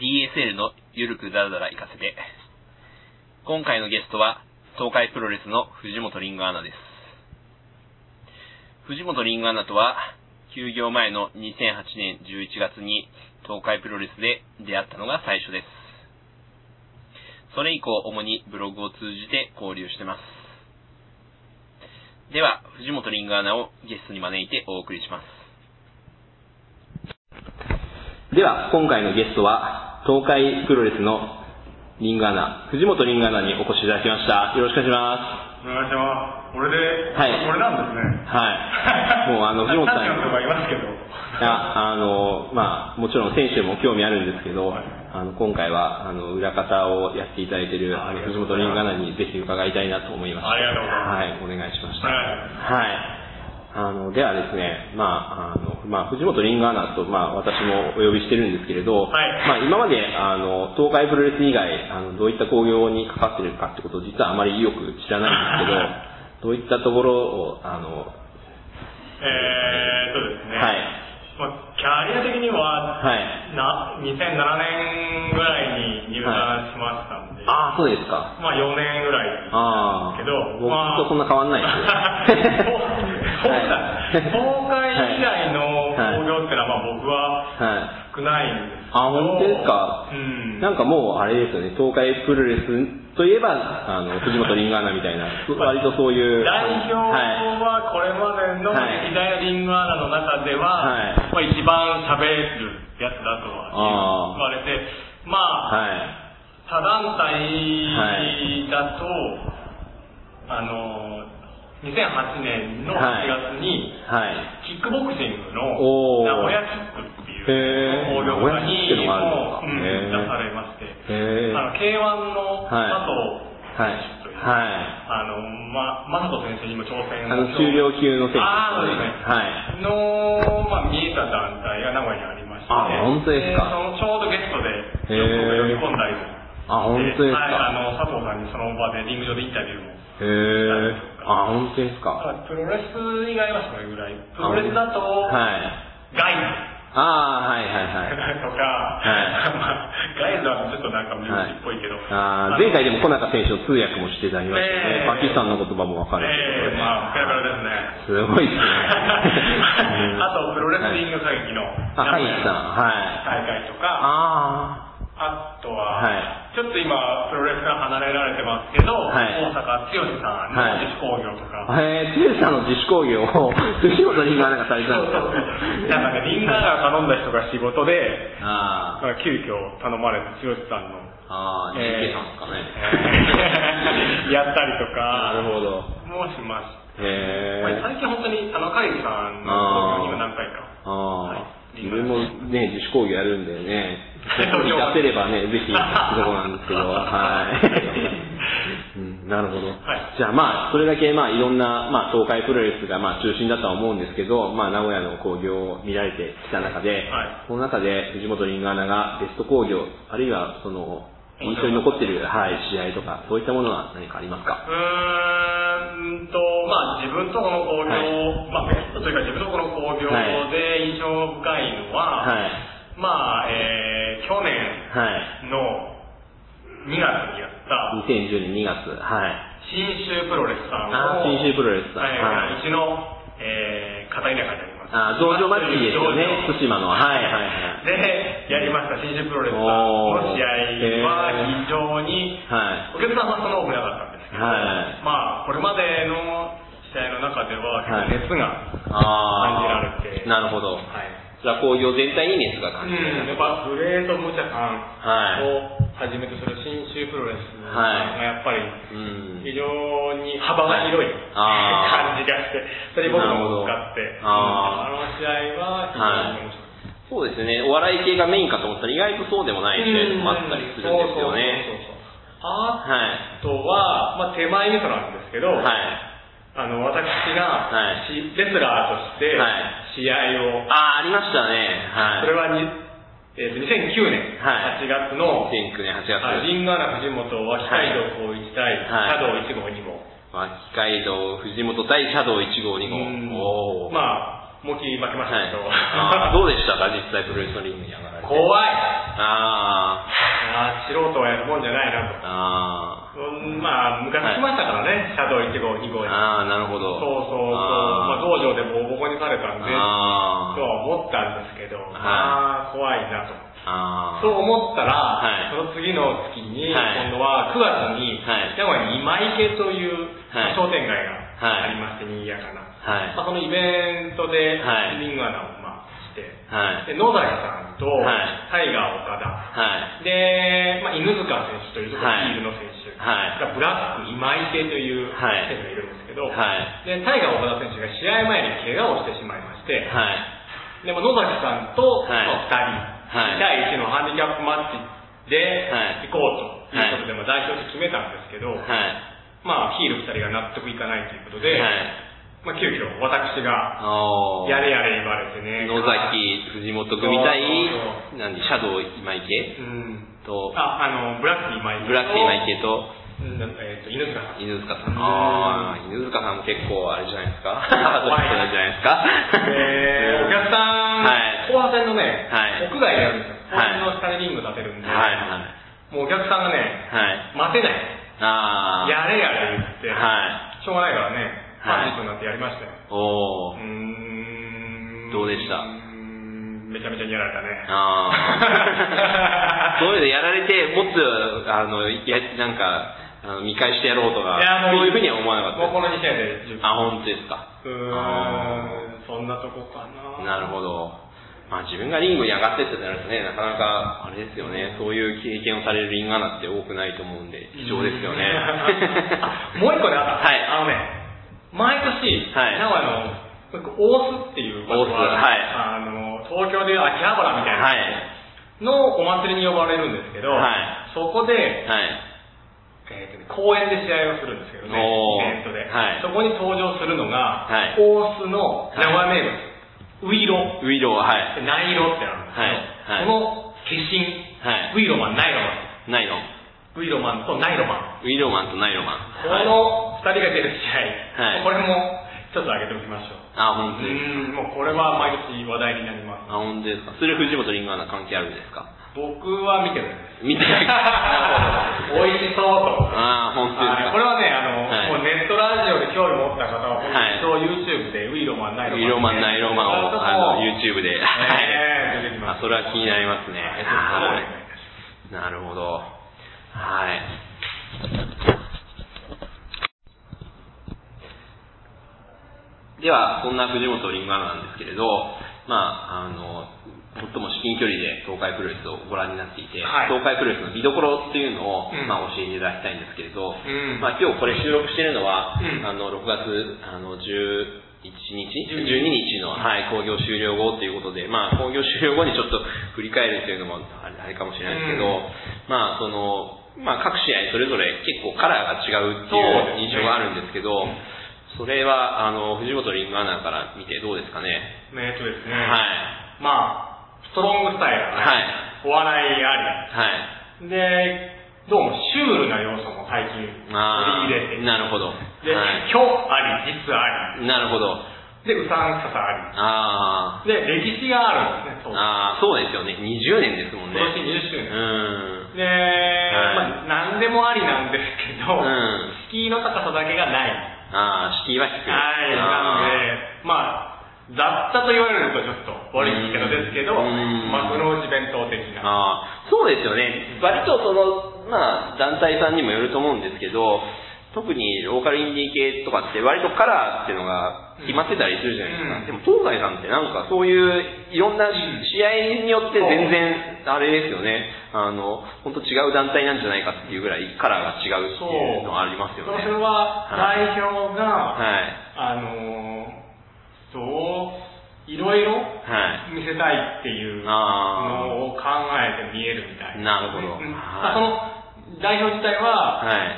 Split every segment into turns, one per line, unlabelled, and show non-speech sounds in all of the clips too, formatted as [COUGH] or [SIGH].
DSL のゆるくだらだら行かせて。今回のゲストは、東海プロレスの藤本リンゴアナです。藤本リンゴアナとは、休業前の2008年11月に東海プロレスで出会ったのが最初です。それ以降、主にブログを通じて交流してます。では、藤本リンゴアナをゲストに招いてお送りします。では、今回のゲストは、東海プロレスのリングアナ、藤本リングアナにお越しいただきました。よろしくお願いしま
お願いします。俺で、
はい
俺なんですね。
す。はい。もう、
[LAUGHS]
あの、藤本さん
何人
[LAUGHS] に、
かいますけど。
いやあの、まあ、もちろん選手も興味あるんですけど、
はい
あの、今回は、あの、裏方をやっていただいている、あの
ありがと
藤
う
本
ござい
リングア
ます
ナにぜひ伺いたいなと思いました。
ありがとうござ
はい、お願いしました。
は
はい。あの、ではですね、まあ、あの、まあ、藤本リングアナと、まあ、私もお呼びしてるんですけれど、
はい
まあ、今まで、あの、東海プロレス以外、あの、どういった興行に関わってるかってことを実はあまりよく知らないんですけど、どういったところを、あの、
えーっとですね。
はい
まあ、キャリア的には、
はい。
な2007年ぐらいに入団しましたんで、
ああ、そうですか。
まあ4年ぐらいです
ああ。
けど、
僕
まあ、
とそんな変わんないですね
[LAUGHS] そうそうだ。
[LAUGHS]
東海以外の興
はい
行ってのは、まあ僕は
はい
少ないんですけど。
あ本当ですか
うん。
なんかもう、あれですよね、東海プロレスといえば、あの、藤本リンガーナみたいな、割とそういう。
代表
はい。
はこれまでの
はい
歴代リングアナの中では、まあ、一番喋るやつだとは言われてまあ、
はい。
他団体だと、あの2008年の
はい
8月に、
はい。
キックボクシングの
おー
名古屋キックっていう
へー
工業化に
名古屋キックってのがあ
もう
る
うんん
ですかへー
出されまして、
へー
あの K1 の
はい
佐藤
はい
選手という、
はい
あのまマサト選手にも挑戦
あの、終了級の選手ですね。
あーそうですね
はい。
の、まあ、見えた団体が名古屋にありまして、
あ本当ですか
そのちょうどゲストで、
へー
呼び込んだりも
あ本当ですか
はい、あの、佐藤さんにその場でリング上でインタビューも。
へえ。あ、本当ですか。
プロレス以外はそれぐらい。プロレスだと、
はい。
ガイ
ああ、はいはい
ズ
はい。
とか、まあガイズはちょっとなんかミュージックっぽいけど、
あー前回でも小中選手の通訳もしていただきましたよね
ね。え
パキスタンの言葉もわかる
ええまあ、ペラペラですね。
ということで。すごいですね。[LAUGHS]
[LAUGHS] あと、プロレスリン
グ。
グ会議の
あ、カイさん。
大
はい。
会とか、
あ
あと
あ。
は、
は
ちょっと今、プロレスから離れられてますけど、
はい
大阪剛さん
はい
の自主工業とか、
い。えー、つゆさんの自主講義を、藤本リンガーなんかされたんですよ。
なんかね、リンガーが頼んだ人が仕事で、
あー
まあ急遽頼まれて剛さんの、
あー、
えー
GK さんですかね。
[LAUGHS] やったりと
なる
か、
ほど。
もしました。
へえ。
最近本当に、あの、カイさんの工業には何回か。
ああ、
はい
自分もね、自主講義やるんでね、
は
出
い
せればね、ぜひ、そこなんですけど、はい。うん、なるほど、
はい
じゃあまあ、それだけまあ、いろんな、まあ、東海プロレスがまあ、中心だとは思うんですけど、まあ、名古屋の興行を見られてきた中で、
は
この中で藤本リンガーナがベスト興行、あるいはその、印象に残ってる、はい、試合とか、そういったものは何かありますか
うーんと、まあ自分とこの興行、まあベストというか自分とこの興行で印象深いのは、
はい。
まあ、えー、去年
はい。
の2月にやった
2010年2月、はい。
新州プロレスさん
あ
の、
ー信州プロレスさん
はい
はいう
ちの、えー、片田舎にあります。
あー、道場祭りですよね
道場、
対馬の。はいはいはい。
で、やりました、新州プロレスさんの試合は非常に、
はい。
お客さんはそんな多くなかったんですけど、
はい
まあ、これまでの試合の中では
はい
結構熱が、
あ
感じられて
なるほど。
はい
じゃあ工業全体に熱が感
う
じ
ん、や
る。
っぱグレートムチャさ
はい
んをはじめとする新州プロレスが
はい
やっぱり
うん
非常に幅が広い
あー
感じがして、それに僕も使って、うん
な
あ
る
の試合は非常に面
そう
白い。
ですね、お笑い系がメインかと思ったら意外とそうでもない試合もあったりするんですよ
う
ね。
んそうそうそうそう
はい。
あとは、まあ、手前味噌なんですけど、
はい。
あの私が、
はい
しレスラーとして
はい
試合を、
あー、ありましたね。は
それ
い。
はに、えーと2009年
はい
8月の、
2009年8月。
はいリンガーナ藤本は光道光一対
はい
茶道1号2号、
まあ、機械道藤本対シャドウ1号2
うん
号。おー。
まあもき負けまし
は
た
い
[LAUGHS] けど、。
あーどうでしたか実際プロレスのリングに上がられて。
怖い
あ
素人はやるもんじゃないなと。
あ
うんまあ、昔来ましたからね、シャドウ1号、2
ー
号に。
あー、なるほど。
そうそうそう。
あ
まあ、
ー
道場でボコボコにされたんで、と
あー
は思ったんですけど、
い
まあ、怖いなと。
あー
そう思ったら、
はい
その次の月に、
はい
今度は9月に、
はい
名古屋に今池という
はい
商店街がありまして、賑やかな。
はい
まあ、そのイベントで、
はい
リンガナをまあして、
はい。
で野崎さんと、
はい
タイガー岡田、
はい。
で、まあ、犬塚選手というところ、
はい
ヒールの選手
はい
が、ブラック今池という
はい
選手がいるんですけど、
はい。
でタイガー岡田選手が試合前に怪我をしてしまいまして、
はい。
でまあ野崎さんと、
はい
まあ、2人、
はい
第1のハンディキャップマッチで
はい
行こうということで、まあ、代表して決めたんですけど、
はい。
まあ、ヒール2人が納得いかないということで、
はい。
まあ、急遽私が
おー
やれやれ言われてね。
野崎、藤本組対
そう、
何、シャドウ今池
うん。
と、
あ、あの、ブラック今池と。
ブラック今池と、
うんえっ、と、犬塚さ
[LAUGHS]
ん。
犬塚さ
うん
ん。あー、犬塚さんも結構あれじゃないですかハード [LAUGHS] な人なんじゃないですか
えー、お客さん、
はい
後半戦のね、
はい
屋外でやるんですよ。
はい
公園の下でリング立てるんで、
はい
もうお客さんがね、
はい。はい。
待てない。
あー。
やれやれ言って、
は
しょうがないからね、
はい
30分になってやりましたよ。
い。お
う
ー。
ーん。
どうでした
うーんめちゃめちゃにやられ
[LAUGHS]
たね。 [LAUGHS]
あー。そういうのやられて、もっと、あの、や、なんか、あの見返してやろうとか、そういうふうには思わなかったです
もうこの2点で十分
あ、本当ですか。
う
あ
ーん、そんなとこか
ー
な。
なるほど。まあ自分がリングに上がってってなるとね、なかなか、あれですよね、そういう経験をされるリンガーなんて多くないと思うんで、貴重です [LAUGHS] よね。
あもう一個ね、あった。
はい
あのね、毎年、
はい
名古屋の、大須っていう場所があるあの、東京でいう秋葉原みたいな、
はい。
のお祭りに呼ばれるんですけど、
は
そこで、
はい。
えーとね公園で試合をするんですけどね、
おー
イベントで、
はい
そこに登場するのが、
はい
大須の名古屋名物、ウイロ、
ウィロー、はい。
ナイロってあるんですけど、
はいはい
その化身、
はい
ウイロマン、ナイロマン。
ナイロン。
ウイロマンとナイロマン。
ウィローマンとナイローマン。
こ
はい
の二人が出る試合、
はい
これもちょっと上げておきましょう。
あ、
う
本当ですか。
ーん、もうこれは毎年話題になります。
あ、本当ですか。それ藤本リンガーナ関係あるんですか
僕は見てるんです。
見てない。
[LAUGHS] 美味しそうと。
あー、本当です
あ
か。
これはね、あの、
はい
もうネットラジオで興味持った方は、
はい
本当 YouTube でウイロマン、ナイロマン。
イロマン、ナイロマンを、あの、YouTube で。
えー出てきます
あ、それは気になりますね。
はい
はい。なるほど。はい。では、そんな藤本リンガーナなんですけれど、まあ、あの、最も至近距離で東海プロレスをご覧になっていて、
はい
東海プロレスの見どころっていうのを、
うん
まあ、教えていただきたいんですけれど、
うん
まあ、今日これ収録しているのは、
うん
あの、6月、あの、11日12
12
日の、はい、工業終了後ということで、まあ、工業終了後にちょっと振り返るというのもあれあれかもしれないですけど、
うん
まあ、その、まあ、各試合それぞれ結構カラーが違うって
そうですね
いう印象があるんですけど、それは、あの、藤本リングアナから見てどうですかね。
えっとですね、
はい。
まあ、ストロングスタイル、
はい。
お笑いあ
はい。
り。で、どうもシュールな要素も最近
あ
取
ー、
り入れて
なるほど。は
で、
い。
虚あり、実あり。
なるほど。
で、うさんくささあ
あー、
り。で、歴史があるんですね、当時
あーそうですよね。20年ですもんね。
今年
う
20周
ん。
年。で、
は
まあ、なんでもありなんですけど、
うん
敷居の高さだけがない。
ああ、敷居は低い。
はい、なので、まあ、雑多と言われるとちょっと悪い言い方ですけど、
うん
幕の内弁当的
あー
な。
あー、そうですよね。割とその、まあ、団体さんにもよると思うんですけど、特にローカルインディー系とかって割とカラーっていうのが決まってたりするじゃないですか。でも東西さんってなんかそういういろんな試合によって全然あれですよね。あの、本当違う団体なんじゃないかっていうぐらいカラーが違うっていうのはありますよね。
それは代表が、
はい。
あのー、どう、いろいろ
は
見せたいっていう。
い。あ
のを考えて見えるみたい
なるほど
うん
はい
まあその代表自体
あ。は
は、
い。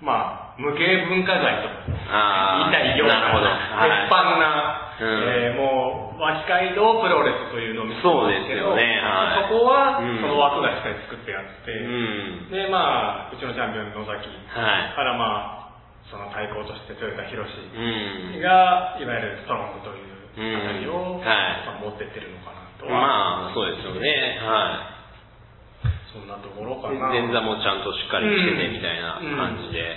まあ、無形文化財と
あ
言いたいよう
なるほど。
な、
はい
鉄板な、
うん
えーもう、和解道プロレスというのを見せてるんですけど
そうですよねはい
そこは、
うん
その枠がしっかり作ってやって、
うん。
で、まあ、うちのチャンピオンの野崎
はい。
から、まあ、その対抗として豊田博
う
士
ん。
が、いわゆるストロングというあたり
うん
を、
はい
まあ持ってってるのかなと
まあ、
は。
そうですよね。は
そんなところか
で
な。
前座もちゃんとしっかりしててみたいな
うん
感じで、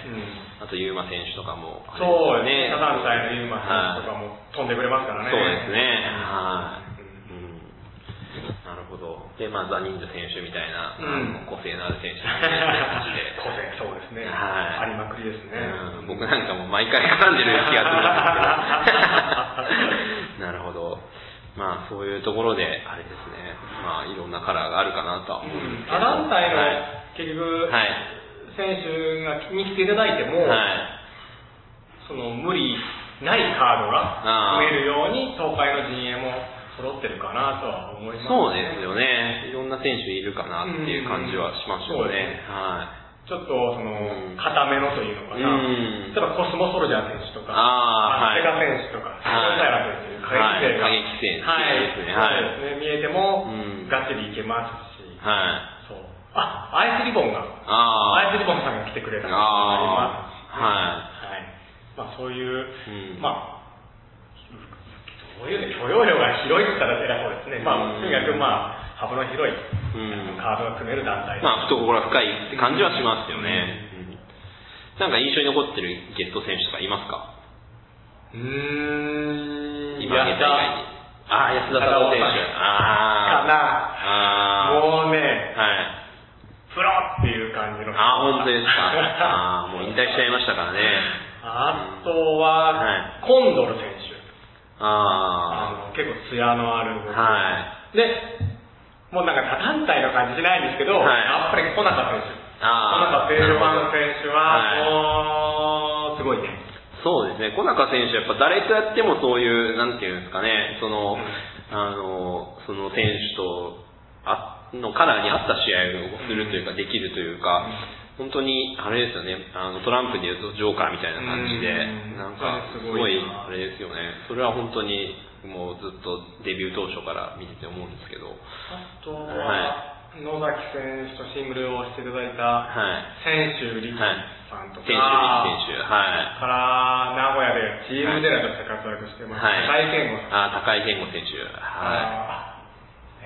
うん
あと、ユーマ選手とかも、
そうですね。
あ
サ
れ
タン対のユーマ選手とかも飛んでくれますからね。
そうですね。はいい。うん。なるほど。で、まあ、ザ・ニンジャ選手みたいな、
う
あの
ん
個性のある選手だねって
[LAUGHS] 個
感じで。
性、そうですね。
はい
ありまくりですね。
うん、僕なんかもう毎回絡んでる気がするんですけど。
[LAUGHS]
なるほど。まあ、そういうところで、あれですね。まあ、いろんなカラーがあるかなとは思うんですけど。
アランタイの
は
結局、
はい
選手がに来ていただいて
い。
も、
はい
その無理ないカード
あ
が
ー
増えるように東海の陣営も揃ってるかなとは思います、ね、
そうですよね。いろんな選手いるかなっていう感じはしました
うんそうです
ね
ね。
はい。
ちょっとそ
うん
の固めのというのかな、
うん
例えばコスモソルジャー選手とか
あーはい
セガ選手とか
はい
セガラ選手過激勢が
はい過激勢ですねはい
はいそうですね見えても
うん
がっちりいけますし、
はい。
そうあアイスリボンが
ああ。
アイスリボンさんが来てくれたの
あ
ありますしはいまあそういう、
うん
まあどういうね許容量が広いって言ったら偉そうですね、ま
う
あ、
ん
とにかくまあ幅の広
う
い
ん
カードが組める団体です
まあ、懐が深いって感じはしますよね。うんなんか印象に残ってるゲスト選手とかいますか
うーん
今現在以外に。ああ、安田太郎選手。
か
あ
な
あ。ああ。
もうね
はい。
プロっていう感じの
ああ、本当
[LAUGHS]
ですか。ああ、もう引退しちゃいましたからね。
あと
は
は、コンドル選手
あ
あの結構ツヤのある
あ。はい。
でもうなんか他団体の感じしないんですけど、
はい
やっぱり小中選手
ああ
小中ペールマン選手
なる
は、もうすごいね
そうですね、小中選手、やっぱ誰とやってもそういう、なんていうんですかね、その、あの、その選手と、あのカラーに合った試合をするというか、できるというか、本当に、あれですよね、あのトランプでいうとジョーカーみたいな感じで
うん、
なんか、す
す
ご
ご
い
い、
あれですよね、それは本当に、もうずっとデビュー当初から見てて思うんですけど、
あとは、
は
野崎選手とシングルをしていただい
は
た
い。
千秋力さんと
選
か、
手、選手、はい。
から名古屋でチームジェラとして活躍してます、
はい
高井健吾さん
あ高井健吾選手、は
あ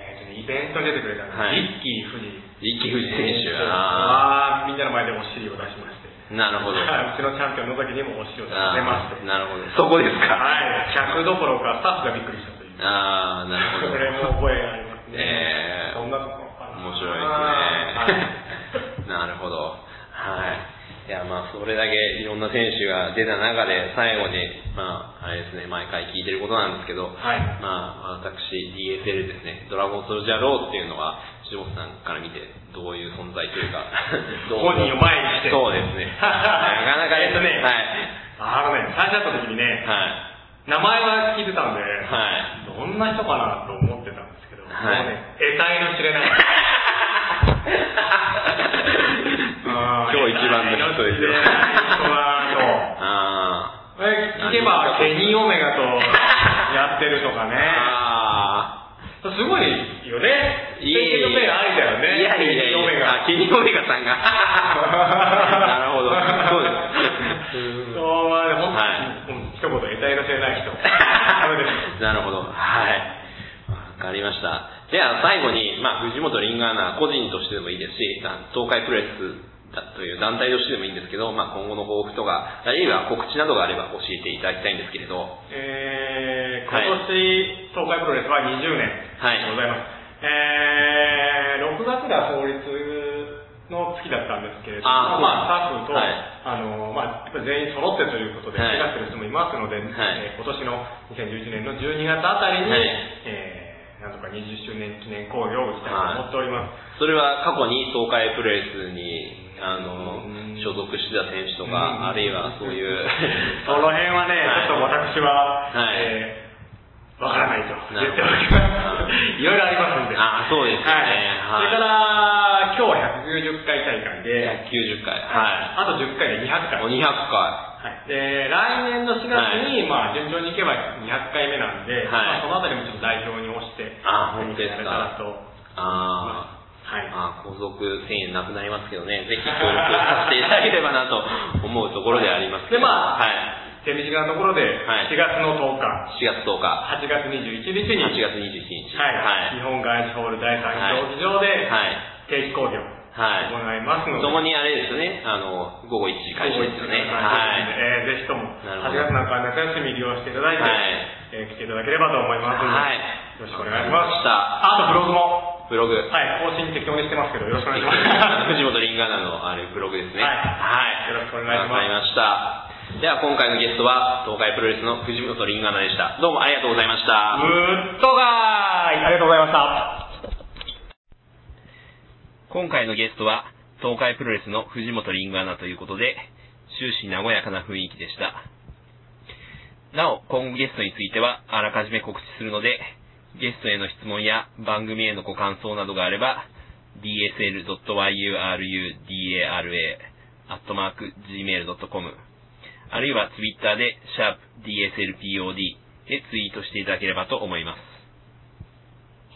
ーえーとねイベントに出てくれたの、
はい
リッキー・フジ
い。一木藤選手、あ
はみんなの前でお尻を出しまして
ーなるほど。
[LAUGHS] はいうちのチャンピオン野崎にもお尻を出まして
あーなるほど。そこですか。
はい客どころかスタッフがびっくりしたという
ああ、なるほど。
これも覚えがありますね
えー
そんなところかな
面白い [LAUGHS] ですね。なるほど。はい。いや、まあ、それだけいろんな選手が出た中で、最後に、まあ、あれですね、毎回聞いてることなんですけど、
はい
まあ、私、DSL ですね、ドラゴンソルジャーローっていうのは、藤本さんから見て、どういう存在という
[LAUGHS]
か、どう
本人を前にして
そうですね。
[LAUGHS]
なかなかです
えっとねはいあのね最初会った時にね、
はい。はい。
名前は聞いてたんで、
は
どんな人かなと思ってたんですけど、
はい。
もうね、得体の知れない
[LAUGHS] 今日一番の人ですよ
得体の知れない人だと
ああ。
[LAUGHS] え聞けば、ケニーオメガとやってるとか
[LAUGHS]
ね。
ああ。
すごいよね。
いい。
定期のペアありだよね。
いやいやい
ケニーオメ
や。あ、
ガ。
ケニーオメガさん [LAUGHS] が。なるほど。そうです。
[LAUGHS] そう、まあね、ほんと
は
うん一言、得体の知れない
[LAUGHS]
人。そうです
なるほど。はい。わかりました。じゃあ最後に、まあ、藤本リンガーナ個人としてでもいいですし、あ東海プロレスだという団体としてでもいいんですけど、まあ、今後の抱負とか、あるいは告知などがあれば教えていただきたいんですけれど。
えー、
は
今
い
年、東海プロレスは20年
はい
でございます。えー、6月が創立の月だったんですけれども、
あー
まあ、スタッフと、
はい
あのまあ、やっぱり全員揃ってということで、
はい
手がする人もいますので、えー今年の2011年の12月あたりに、
はい
えーなんとか20周年記念興行を打ちたいと思っております。
それは過去に東海プロレスに、あの
うん、
所属してた選手と
うん
か、あるいはそういう、
[LAUGHS] その辺はね、
はい
ちょっと私は、
はい
えーわからないと言って
なる
おり
ほど
ます。いろいろありますんで。
あーそうですよね
はい。それ
は
から、今日は190回大会で、
190回。は
あと10回で200回。
い。もう200回。
はい、で来年の4月に、まあ、順調にいけば200回目なんで、
はい
まあ、そのあたりもちょっと代表に押して、
あー本当ですか
やれたらと思い
ああ。
ます。はい。
まあ、皇族1000円なくなりますけどね、ぜひ協力させていただければなと思うところではありますけど。
[LAUGHS] でまあ
はい。
手短なところで、
はい
4月の10日、
4月10日、
8月21日に、
8月21日。
はい、日
はい。
本外資ホール第3競技場で、
はい。
定期講義を
はい。
行いますので、
ともにあれですね、あの、午後1時開始ですよね。はい。
はい。ぜひとも、
なるほ
8
ど
月なんかは夏休み利用していただいて、えー来ていただければと思いますので、
はい。
よろしくお願いします。
した。
あとブログも、
ブログ。
はい、更新適当にしてますけど、よろしくお願いし
[LAUGHS]
ます。 [LAUGHS]
藤本リンガーナのあれブログですね。
はい
はい。
よろしくお願いし
わ
ます
かりました。では今回のゲストは、東海プロレスの藤本リンガーナでした。どうもありがとうございました。
ぶっとがーいありがとうございました。
今回のゲストは、東海プロレスの藤本リングアナということで、終始和やかな雰囲気でした。なお、今後ゲストについては、あらかじめ告知するので、ゲストへの質問や番組へのご感想などがあれば、dsl.yurudara.gmail.com あるいはツイッターで、sharpdslpod でツイートしていただければと思います。